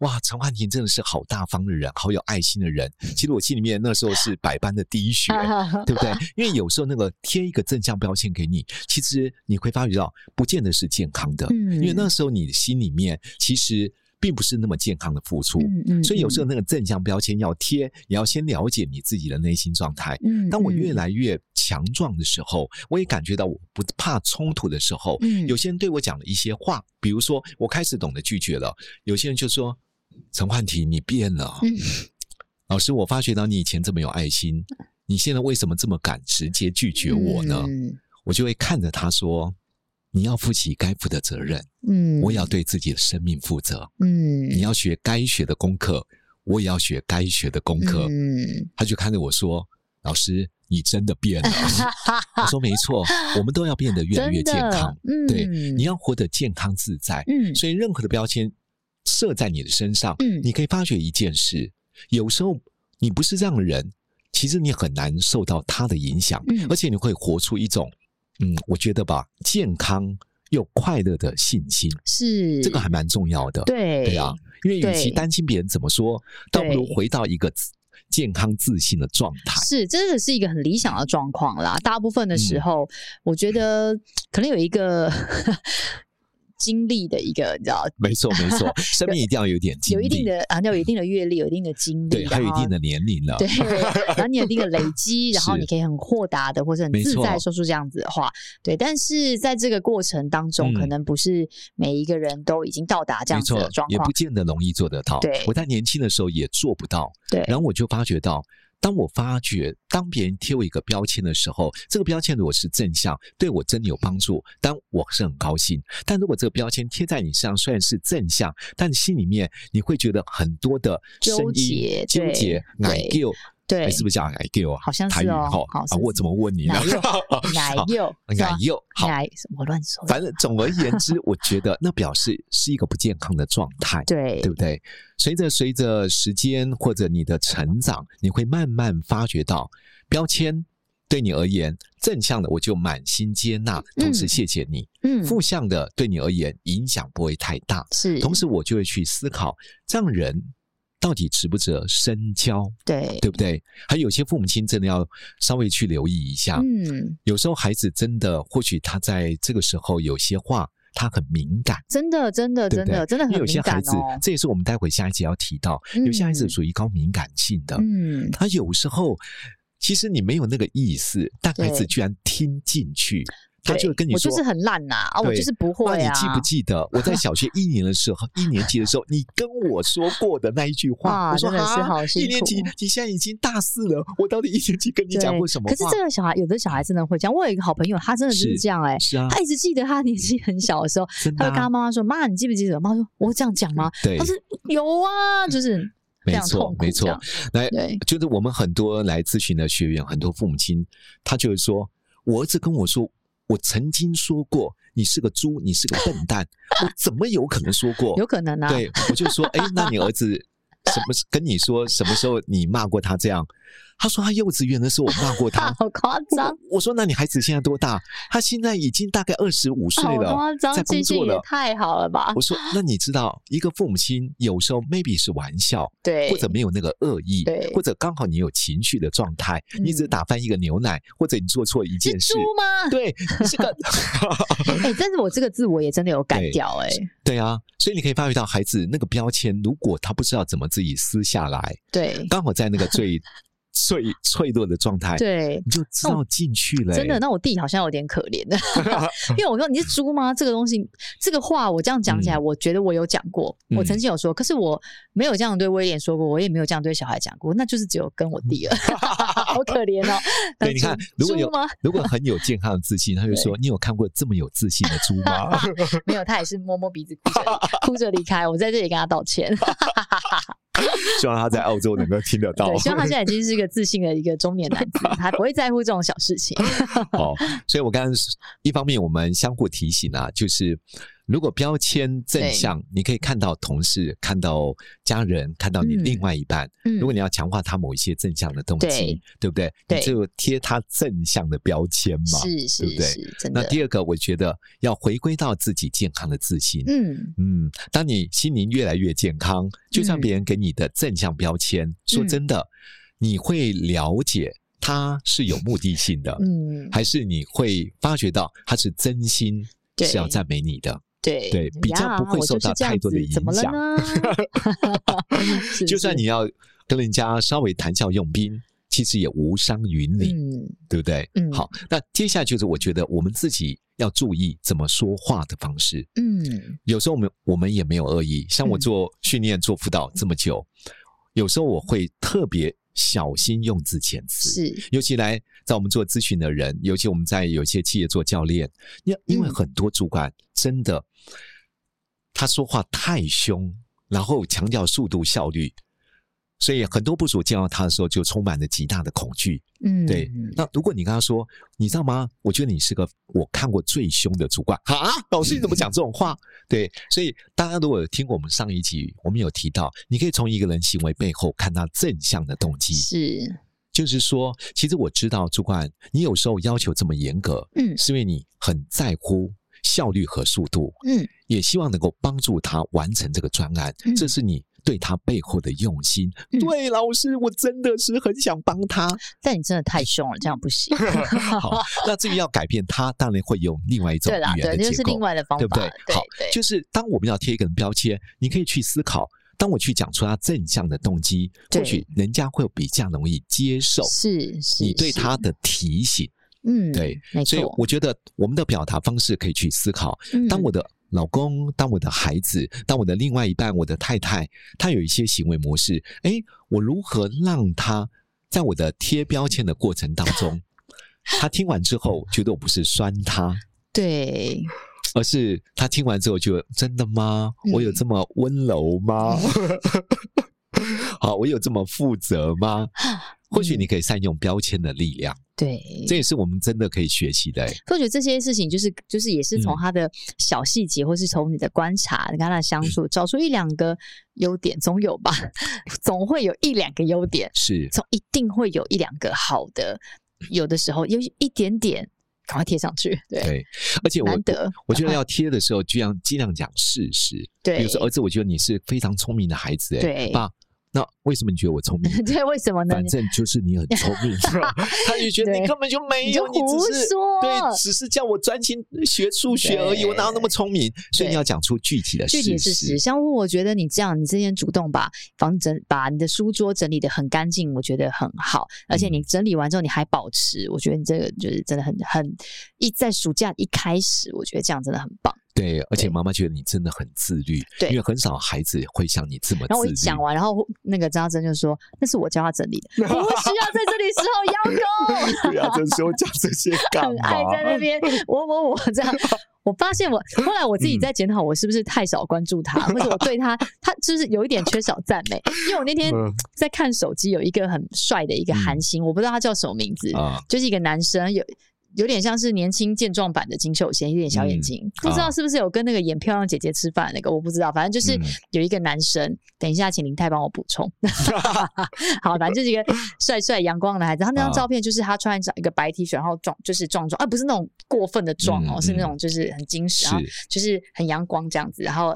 Speaker 4: 哇，陈焕婷真的是好大方的人，好有爱心的人。”其实我心里面那时候 是百般的滴血，
Speaker 5: 啊
Speaker 4: 对不对？因为有时候那个贴一个正向标签给你，其实你会发觉到，不见得是健康的，
Speaker 5: 嗯
Speaker 4: 因为那时候你心里面其实并不是那么健康的付出。
Speaker 5: 嗯嗯
Speaker 4: 所以有时候那个正向标签要贴，也要先了解你自己的内心状态。
Speaker 5: 嗯
Speaker 4: 当我越
Speaker 5: 嗯
Speaker 4: 来越强壮的时候，我也感觉到我不怕冲突的时候，
Speaker 5: 嗯
Speaker 4: 有些人对我讲了一些话，比如说我开始懂得拒绝了，有些人就说：“陈焕婷，你变了。
Speaker 5: 嗯
Speaker 4: 老师，我发觉到你以前这么有爱心，你现在为什么这么敢直接拒绝我呢？”
Speaker 5: 嗯
Speaker 4: 我就会看着他说：“你要负起该负的责任，
Speaker 5: 嗯
Speaker 4: 我也要对自己的生命负责。
Speaker 5: 嗯
Speaker 4: 你要学该学的功课，我也要学该学的功课。
Speaker 5: 嗯
Speaker 4: 他就看着我说：“老师，你真的变了。” 我说：“没错，我们都要变得越来越健康。，
Speaker 5: 真的
Speaker 4: 对
Speaker 5: 嗯，
Speaker 4: 你要活得健康自在。
Speaker 5: 嗯
Speaker 4: 所以，任何的标签设在你的身上，
Speaker 5: 嗯
Speaker 4: 你可以发觉一件事：有时候你不是这样的人，其实你很难受到他的影响，
Speaker 5: 嗯
Speaker 4: 而且你会活出一种，嗯，我觉得吧，健康又快乐的信心，
Speaker 5: 是
Speaker 4: 这个还蛮重要的。
Speaker 5: 对
Speaker 4: 对啊，，因为与其
Speaker 5: 对
Speaker 4: 担心别人怎么说，倒不如
Speaker 5: 对
Speaker 4: 回到一个自健康自信的状态。
Speaker 5: 是，这个是一个很理想的状况啦。大部分的时
Speaker 4: 嗯
Speaker 5: 候，我觉得可能有一个 经历的一个，你知道，
Speaker 4: 没错，没 错，生命一定要有点经
Speaker 5: 有
Speaker 4: 历，
Speaker 5: 一定的啊，要有一定的阅历，有一定的经历，
Speaker 4: 对，还有一定
Speaker 5: 的。
Speaker 4: 的年龄了。
Speaker 5: 对，然后你有一定的累积，然后
Speaker 4: 是
Speaker 5: 你可以很豁达的，或者很
Speaker 4: 没
Speaker 5: 自在
Speaker 4: 错
Speaker 5: 说出这样子的话，对。但是在这个过程当中，可
Speaker 4: 嗯
Speaker 5: 能不是每一个人都已经到达这
Speaker 4: 没
Speaker 5: 样子
Speaker 4: 错
Speaker 5: 的状
Speaker 4: 也
Speaker 5: 况
Speaker 4: 不，见得容易做得到。
Speaker 5: 对
Speaker 4: 我在年轻的时候也做不到，
Speaker 5: 对。
Speaker 4: 然后我就发觉到，当我发觉当别人贴我一个标签的时候，这个标签如果是正向，对我真的有帮助，当我是很高兴。但如果这个标签贴在你身上，虽然是正向，但心里面你会觉得很多的
Speaker 5: 纠
Speaker 4: 声音
Speaker 5: 结
Speaker 4: 纠
Speaker 5: 对
Speaker 4: 结、奶
Speaker 5: 对
Speaker 4: 疚，
Speaker 5: 对
Speaker 4: 哎是不是叫奶疚啊？
Speaker 5: 好像是
Speaker 4: 台语
Speaker 5: 哦
Speaker 4: 哈
Speaker 5: 好
Speaker 4: 啊
Speaker 5: 是，
Speaker 4: 我怎么问你呢？
Speaker 5: 奶
Speaker 4: 好
Speaker 5: 柚，奶柚，是
Speaker 4: 奶
Speaker 5: 吧
Speaker 4: 油，好，
Speaker 5: 奶，我乱说的，
Speaker 4: 反正总而言之，我觉得那表示是一个不健康的状态。
Speaker 5: 对
Speaker 4: 对不对？随着随着时间或者你的成长，你会慢慢发觉到标签对你而言正向的，我就满心接纳，同时谢谢你；
Speaker 5: 嗯，
Speaker 4: 负向的对你而言影响不会太大，
Speaker 5: 是，
Speaker 4: 同时我就会去思考这样人到底值不值得深交，
Speaker 5: 对，
Speaker 4: 对不对？还有些父母亲真的要稍微去留意一下，
Speaker 5: 嗯，
Speaker 4: 有时候孩子真的或许他在这个时候有些话他很敏感。
Speaker 5: 真的，真的，
Speaker 4: 对不
Speaker 5: 真
Speaker 4: 对
Speaker 5: 的，真的
Speaker 4: 因为
Speaker 5: 很
Speaker 4: 有些
Speaker 5: 敏
Speaker 4: 孩
Speaker 5: 感
Speaker 4: 子，
Speaker 5: 哦，
Speaker 4: 这也是我们待会下一节要提到，有些孩子呃
Speaker 5: 嗯
Speaker 4: 属于高敏感性的，
Speaker 5: 嗯，
Speaker 4: 他有时候其实你没有那个意思，但孩子
Speaker 5: 对
Speaker 4: 居然听进去，他
Speaker 5: 对
Speaker 4: 就会跟你
Speaker 5: 我
Speaker 4: 说。
Speaker 5: 就是很烂呐，啊，我
Speaker 4: 对
Speaker 5: 就是不
Speaker 4: 那
Speaker 5: 会
Speaker 4: 你
Speaker 5: 啊，
Speaker 4: 记不记得我在小学一年的时候，一年级的时候，你跟我说过的那一句话？
Speaker 5: 哇
Speaker 4: 我说
Speaker 5: 真的是
Speaker 4: 啊
Speaker 5: 好辛
Speaker 4: 一年级
Speaker 5: 苦，
Speaker 4: 你现在已经大四了，我到底一年级跟你讲
Speaker 5: 对
Speaker 4: 过什么话？
Speaker 5: 可是这个小孩，有的小孩真的会这样。我有一个好朋友，他真的就是
Speaker 4: 是
Speaker 5: 这样哎、
Speaker 4: 是啊，
Speaker 5: 他一直记得他年纪很小的 时候，
Speaker 4: 真的
Speaker 5: 他会跟
Speaker 4: 啊、
Speaker 5: 他妈妈说：“妈，你记不记得？”妈说：“我这样讲吗？”
Speaker 4: 对嗯
Speaker 5: 他，说：“有啊，就是非
Speaker 4: 没
Speaker 5: 常
Speaker 4: 错
Speaker 5: 痛，苦
Speaker 4: 没
Speaker 5: 这
Speaker 4: 错
Speaker 5: 样。”。
Speaker 4: 来，
Speaker 5: 对，
Speaker 4: 就是我们很多来咨询的学员，很多父母亲，他就会说：“我儿子跟我说，我曾经说过你是个猪，你是个笨 蛋，我怎么有可能说过
Speaker 5: 有可能？”啊。
Speaker 4: 对，我就说：“哎，那你儿子什么时跟你说什么时候你骂过他这样？”他说：“他幼稚园的时候我骂过
Speaker 5: 啊
Speaker 4: 他。”
Speaker 5: 好夸张，
Speaker 4: 我说：“那你孩子现在多大？他现在已经大概二十五岁
Speaker 5: 好
Speaker 4: 了
Speaker 5: 夸，张
Speaker 4: 在，工
Speaker 5: 记性
Speaker 4: 作
Speaker 5: 也
Speaker 4: 了。”
Speaker 5: 太好了吧
Speaker 4: 我？说：“那你知道，一个父母亲有时候 maybe 是玩笑，
Speaker 5: 对，
Speaker 4: 或者没有那个恶意
Speaker 5: 对，
Speaker 4: 或者刚好你有情绪的状态，你只
Speaker 5: 嗯
Speaker 4: 打翻一个牛奶，或者你做错一
Speaker 5: 是
Speaker 4: 件事
Speaker 5: 猪，吗？
Speaker 4: 对，你是个，
Speaker 5: 哎，但是我这个字我也真的有改
Speaker 4: 对
Speaker 5: 掉哎，
Speaker 4: 对啊，所以你可以发觉到孩子那个标签，如果他不知道怎么自己撕下来，
Speaker 5: 对
Speaker 4: 刚好在那个 最最脆弱的状态，
Speaker 5: 对。哦
Speaker 4: 你就知道进去了、
Speaker 5: 真的，，那我弟好像有点可 怜，因为我说你是猪吗？这个东西，这个话我这样讲起来，
Speaker 4: 嗯
Speaker 5: 我觉得我有讲过，我
Speaker 4: 嗯
Speaker 5: 曾经有说，可是我没有这样对威廉说过，我也没有这样对小孩讲过，那就是只有跟我弟了， 好可怜 哦。
Speaker 4: 嗯对，你看，如果
Speaker 5: 猪
Speaker 4: 有
Speaker 5: 吗？
Speaker 4: 如果很有健康的自信， 他就说：“你有看过这么有自信的猪吗？”
Speaker 5: 没有，他也是摸摸鼻子，哭 着离哭着离开。我在这里跟他道歉。
Speaker 4: 希望他在澳洲能够听得到。
Speaker 5: 对，希望他现在已经是一个自信的一个中年男子，他不会在乎这种小事情。
Speaker 4: 哦，所以我刚刚是一方面我们相互提醒啊，就是如果标签正向，你可以看到同事、看到家人、看到你
Speaker 5: 嗯
Speaker 4: 另外一半。
Speaker 5: 嗯
Speaker 4: 如果你要强化他某一些正向的动机，对
Speaker 5: 对
Speaker 4: 不对？
Speaker 5: 对
Speaker 4: 你就贴他正向的标签嘛。
Speaker 5: 是是
Speaker 4: 对不对
Speaker 5: 是，真
Speaker 4: 那
Speaker 5: 的。
Speaker 4: 第二个，我觉得要回归到自己健康的自信。
Speaker 5: 嗯，
Speaker 4: 嗯，当你心灵越来越健康，就算别人给你的正向标签，
Speaker 5: 嗯
Speaker 4: 说真的，你会了解他是有目的性的。
Speaker 5: 嗯，
Speaker 4: 还是你会发觉到他是真心
Speaker 5: 对
Speaker 4: 是要赞美你的，
Speaker 5: 对
Speaker 4: 对比较
Speaker 5: 呀
Speaker 4: 不会
Speaker 5: 我
Speaker 4: 受
Speaker 5: 就是
Speaker 4: 到
Speaker 5: 这样
Speaker 4: 太多的
Speaker 5: 子怎么
Speaker 4: 影
Speaker 5: 了
Speaker 4: 响
Speaker 5: 呢是
Speaker 4: 就算
Speaker 5: 是
Speaker 4: 你要跟人家稍微谈笑用兵，其实也无伤云林，
Speaker 5: 嗯
Speaker 4: 对不对？
Speaker 5: 嗯
Speaker 4: 好，那接下来就是我觉得我们自己要注意怎么说话的方式。
Speaker 5: 嗯
Speaker 4: 有时候我们我们也没有恶意，像我
Speaker 5: 嗯
Speaker 4: 做训练、做辅导这么久，有时候我会特别小心用字遣词。
Speaker 5: 是
Speaker 4: 尤其来在我们做咨询的人，尤其我们在有些企业做教练，因因为
Speaker 5: 嗯
Speaker 4: 很多主管真的、他说话太凶，然后强调速度效率，所以很多部署见到他的时候就充满了极大的恐惧。
Speaker 5: 嗯
Speaker 4: 对，那如果你跟他说，你知道吗？我觉得你是个我看过最凶的主管啊！老师你怎么讲这种话？对，所以大家如果有听过我们上一集，我们有提到，你可以从一个人行为背后看他正向的动机。
Speaker 5: 是
Speaker 4: 就是说，其实我知道主管，你有时候要求这么严格，
Speaker 5: 嗯
Speaker 4: 是因为你很在乎效率和速度，
Speaker 5: 嗯
Speaker 4: 也希望能够帮助他完成这个专案，
Speaker 5: 嗯
Speaker 4: 这是你对他背后的用心。
Speaker 5: 嗯
Speaker 4: 对，老师，我真的是很想帮 他。
Speaker 5: 但你真的太凶了，这样不 行。
Speaker 4: 好，那至于要改变他，当然会用另外一种
Speaker 5: 对啦，
Speaker 4: 语
Speaker 5: 对，
Speaker 4: 言的
Speaker 5: 那就
Speaker 4: 结
Speaker 5: 是
Speaker 4: 构
Speaker 5: 另，外的方
Speaker 4: 对不
Speaker 5: 法
Speaker 4: 对？
Speaker 5: 了。
Speaker 4: 好，
Speaker 5: 对，
Speaker 4: 就是当我们要贴一个人标签，你可以去思考。当我去讲出他正向的动机，或
Speaker 5: 对
Speaker 4: 许人家会比较容易接受
Speaker 5: 是是
Speaker 4: 你对
Speaker 5: 是
Speaker 4: 他的提醒。
Speaker 5: 嗯
Speaker 4: 对，
Speaker 5: 没
Speaker 4: 所以
Speaker 5: 错。
Speaker 4: 我觉得我们的表达方式可以去思考。当
Speaker 5: 嗯
Speaker 4: 我的老公，当我的孩子，当我的另外一半，我的太太，他有一些行为模式，诶，我如何让他在我的贴标签的过程当中， 他听完之后觉得我不是酸他，
Speaker 5: 对，
Speaker 4: 而是他听完之后就真的吗？
Speaker 5: 嗯
Speaker 4: 我有这么温柔 吗？好，我有这么负责吗？
Speaker 5: 嗯
Speaker 4: 或许你可以善用标签的力量，
Speaker 5: 对，
Speaker 4: 这也是我们真的可以学习的、欸。
Speaker 5: 所以我觉得这些事情就是就是也是从
Speaker 4: 嗯
Speaker 5: 他的小细节，或是从你的观察，你跟他的相
Speaker 4: 嗯
Speaker 5: 处，找出一两个优点，总有吧， 总会有一两个优点，
Speaker 4: 是，
Speaker 5: 总一定会有一两个好的，有的时候有一点点，赶快贴上去，对，
Speaker 4: 对。而且我
Speaker 5: 难得，啊
Speaker 4: 我觉得要贴的时候，尽量尽量讲事实。比
Speaker 5: 对
Speaker 4: 如，说，哦儿子，我觉得你是非常聪明的孩子、欸，
Speaker 5: 对
Speaker 4: 爸，那为什么你觉得我 聪明？
Speaker 5: 对，为什么呢？
Speaker 4: 反正就是你很聪 明， 他也觉得
Speaker 5: 对
Speaker 4: 你根本就没
Speaker 5: 你
Speaker 4: 有，
Speaker 5: 就
Speaker 4: 你
Speaker 5: 胡
Speaker 4: 只是
Speaker 5: 说
Speaker 4: 对，只是叫我专心学数学而已，
Speaker 5: 对
Speaker 4: 我哪有那么聪明？所以你要讲出具体的
Speaker 5: 具体的事实，
Speaker 4: 实。
Speaker 5: 像我觉得你这样，你之前主动把房整把你的书桌整理的很干净，我觉得很好。而且你整理完之后，你还保持，我觉得你这个就是真的很很一在暑假一开始，我觉得这样真的很棒。
Speaker 4: 对，而且
Speaker 5: 对
Speaker 4: 妈妈觉得你真的很自律，
Speaker 5: 对
Speaker 4: 因为很少孩子会像你这么
Speaker 5: 然后我
Speaker 4: 自
Speaker 5: 一
Speaker 4: 律。
Speaker 5: 讲完，然 后那个张真就说：“那是我教他整理 的，我不需要在这里时候邀功。”
Speaker 4: 对啊，这时候讲这些干
Speaker 5: 很爱在
Speaker 4: 嘛？
Speaker 5: 那边我我我这样。我发现我后来我自己
Speaker 4: 嗯
Speaker 5: 在检讨，我是不是太少关注他，或者我对他，他就是有一点缺少赞美。因为我那天
Speaker 4: 嗯
Speaker 5: 在看手机，有一个很帅的一个
Speaker 4: 嗯
Speaker 5: 韩星，我不知道他叫什么名字，
Speaker 4: 啊，
Speaker 5: 就是一个男生，有有点像是年轻健壮版的金秀贤，有点小眼睛，
Speaker 4: 嗯
Speaker 5: 不知道是不是有跟那个演漂亮姐姐吃饭那个，我不知道，反正就是
Speaker 4: 啊嗯
Speaker 5: 有一个男生。等一下，请林泰帮我补 充。好，反正就是一个帅帅阳光的孩子。他那张
Speaker 4: 啊
Speaker 5: 照片就是他穿着一个白 T 恤，然后壮就是壮壮，啊，不是那种过分的壮哦，
Speaker 4: 嗯
Speaker 5: 是那
Speaker 4: 嗯
Speaker 5: 种就是很精实，
Speaker 4: 是
Speaker 5: 然后，就是很阳光这样子，然后。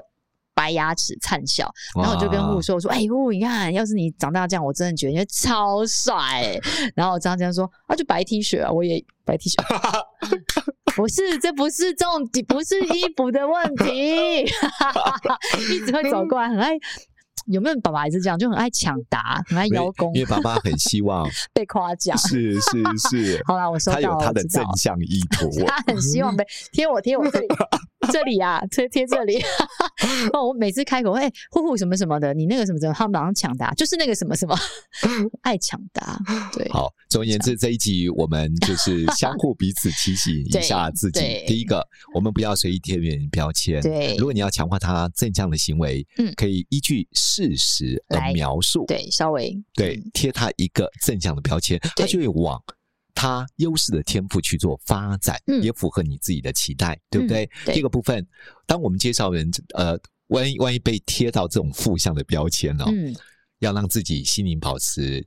Speaker 5: 白牙齿灿笑，然后我就跟
Speaker 4: 哇
Speaker 5: 雾说：“我说，哎、雾，你看，要是你长大这样，我真的觉得你超帅、欸。”然后张江说：“啊，就白 T 恤啊，我也白 T 恤， 不是，这不是重点，不是衣服的问题， 一直会走过来，很爱。”有没有爸爸还是这样，就很爱抢答，很爱
Speaker 4: 因为
Speaker 5: 邀功
Speaker 4: 因，为爸爸很希 望，
Speaker 5: 被夸奖。
Speaker 4: 是是是，
Speaker 5: 好啦，我收
Speaker 4: 他
Speaker 5: 到
Speaker 4: 有
Speaker 5: 了，
Speaker 4: 他
Speaker 5: 我
Speaker 4: 的
Speaker 5: 知道
Speaker 4: 正
Speaker 5: 了。
Speaker 4: 向意 图。
Speaker 5: 他很希望被贴我贴我 这里这里啊，贴贴这里。哦，我每次开口，哎、呼呼什么什么的，你那个什么什么，他们马上抢答，就是那个什么 什么，爱抢答。对，
Speaker 4: 好，总而言之，这一集我们就是相互彼此提醒一下自己
Speaker 5: 对。
Speaker 4: 第一个，我们不要随意贴别人标签。
Speaker 5: 对
Speaker 4: 如果你要强化他正向的行为，
Speaker 5: 嗯
Speaker 4: 可以依据事实
Speaker 5: 来
Speaker 4: 而描述，
Speaker 5: 对，稍微
Speaker 4: 对，贴他一个正向的标签，他
Speaker 5: 嗯对
Speaker 4: 就会往。他优势的天赋去做发展，
Speaker 5: 嗯
Speaker 4: 也符合你自己的期待，对不
Speaker 5: 嗯
Speaker 4: 对？
Speaker 5: 对
Speaker 4: 第一个部分，当我们介绍人，呃，万一万一被贴到这种负向的标签哦，
Speaker 5: 嗯，
Speaker 4: 要让自己心灵保持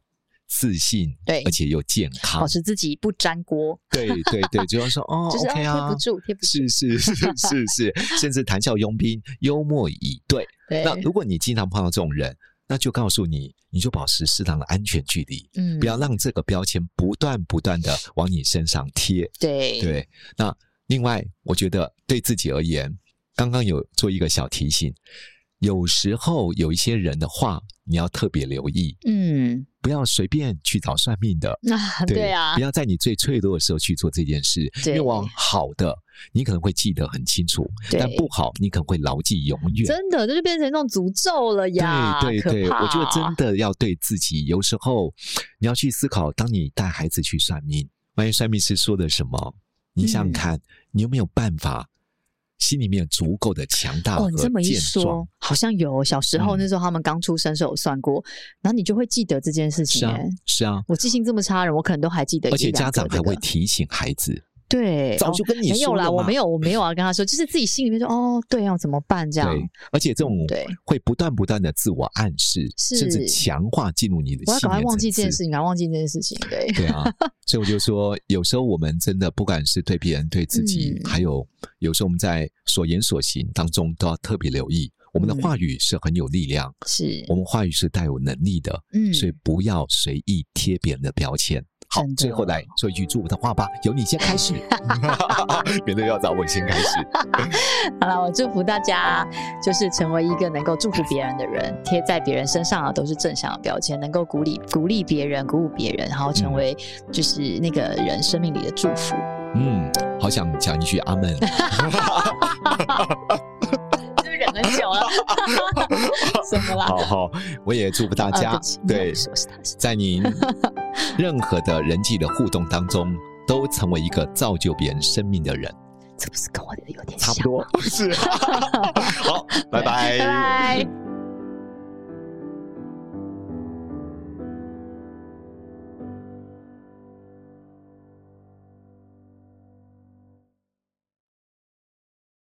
Speaker 4: 自信，
Speaker 5: 对
Speaker 4: 而且又健康，
Speaker 5: 保持自己不粘锅，
Speaker 4: 对对 对，就要说哦
Speaker 5: 就是
Speaker 4: ，OK
Speaker 5: 啊
Speaker 4: 啊
Speaker 5: 贴不，住，贴不住。
Speaker 4: 是是 是是是，甚至谈笑佣兵，幽默以对。
Speaker 5: 对，
Speaker 4: 那如果你经常碰到这种人，那就告诉你，你就保持适当的安全距离，
Speaker 5: 嗯
Speaker 4: 不要让这个标签不断不断的往你身上贴。
Speaker 5: 对
Speaker 4: 对，那另外，我觉得对自己而言，刚刚有做一个小提醒，有时候有一些人的话，你要特别留意，
Speaker 5: 嗯，
Speaker 4: 不要随便去找算命的。
Speaker 5: 那、对啊
Speaker 4: 不，要在你最脆弱的时候去做这件事，因为
Speaker 5: 对
Speaker 4: 往好的你可能会记得很清楚，
Speaker 5: 对
Speaker 4: 但不好你可能会牢记永远。
Speaker 5: 真的这就变成那种诅咒了呀，
Speaker 4: 对对对，
Speaker 5: 可怕
Speaker 4: 我觉得真的要对自己，有时候你要去思考，当你带孩子去算命，万一算命师说的什么，你想想
Speaker 5: 嗯
Speaker 4: 看，你有没有办法，心里面有足够的强大
Speaker 5: 哦，
Speaker 4: 和
Speaker 5: 你这么一
Speaker 4: 健壮
Speaker 5: 说？，好像有小时
Speaker 4: 嗯
Speaker 5: 候那时候他们刚出生时候有算过，然后你就会记得这件
Speaker 4: 是
Speaker 5: 事情、
Speaker 4: 啊
Speaker 5: 欸。，
Speaker 4: 是啊，
Speaker 5: 我记性这么差的人，我可能都还记得一
Speaker 4: 而
Speaker 5: 两个这
Speaker 4: 且家
Speaker 5: 个、
Speaker 4: 长还会提醒孩子，
Speaker 5: 对，
Speaker 4: 早
Speaker 5: 哦
Speaker 4: 就跟你
Speaker 5: 没有
Speaker 4: 说
Speaker 5: 啦，
Speaker 4: 了
Speaker 5: 我
Speaker 4: 嘛
Speaker 5: 没有，我没 有啊，跟他说，就是自己心里面说，哦，对啊，怎么办这样？
Speaker 4: 对，而且这种
Speaker 5: 对
Speaker 4: 会不断不断的自我暗示，
Speaker 5: 是
Speaker 4: 甚至强化进入你的
Speaker 5: 我要
Speaker 4: 信
Speaker 5: 赶快
Speaker 4: 念
Speaker 5: 忘记这
Speaker 4: 层
Speaker 5: 件
Speaker 4: 次
Speaker 5: 事。情，赶快忘记这件事情， 对，
Speaker 4: 对啊，所以我就说，有时候我们真的不管是对别人、对自己，
Speaker 5: 嗯
Speaker 4: 还有有时候我们在所言所行当中，都要特别留意。我们的
Speaker 5: 嗯
Speaker 4: 话语是很有力量，
Speaker 5: 是，
Speaker 4: 我们话语是带有能力的，
Speaker 5: 嗯，
Speaker 4: 所以不要随意贴别人的标签。好
Speaker 5: 真，的
Speaker 4: 最后来说一句祝福的话吧，由你先开 始， 免得要找我先开始。
Speaker 5: 好了，我祝福大家，就是成为一个能够祝福别人的人，贴在别人身上啊都是正向的标签，能够鼓励鼓励别人，鼓舞别人，然后
Speaker 4: 嗯
Speaker 5: 成为就是那个人生命里的祝福。
Speaker 4: 嗯，好想讲一句阿门。
Speaker 5: 是不是忍很久？有了， 什么 啦？
Speaker 4: 好好，我也祝福大
Speaker 5: 啊
Speaker 4: 家，
Speaker 5: 对不起
Speaker 4: 对
Speaker 5: 我是我是他是
Speaker 4: 在 您任何的人际的互动当中，都成为一个造就别人生命的人，
Speaker 5: 这不是跟我的有点
Speaker 4: 差
Speaker 5: 像
Speaker 4: 不
Speaker 5: 吗？
Speaker 4: 多 是。好，拜拜
Speaker 5: 拜拜。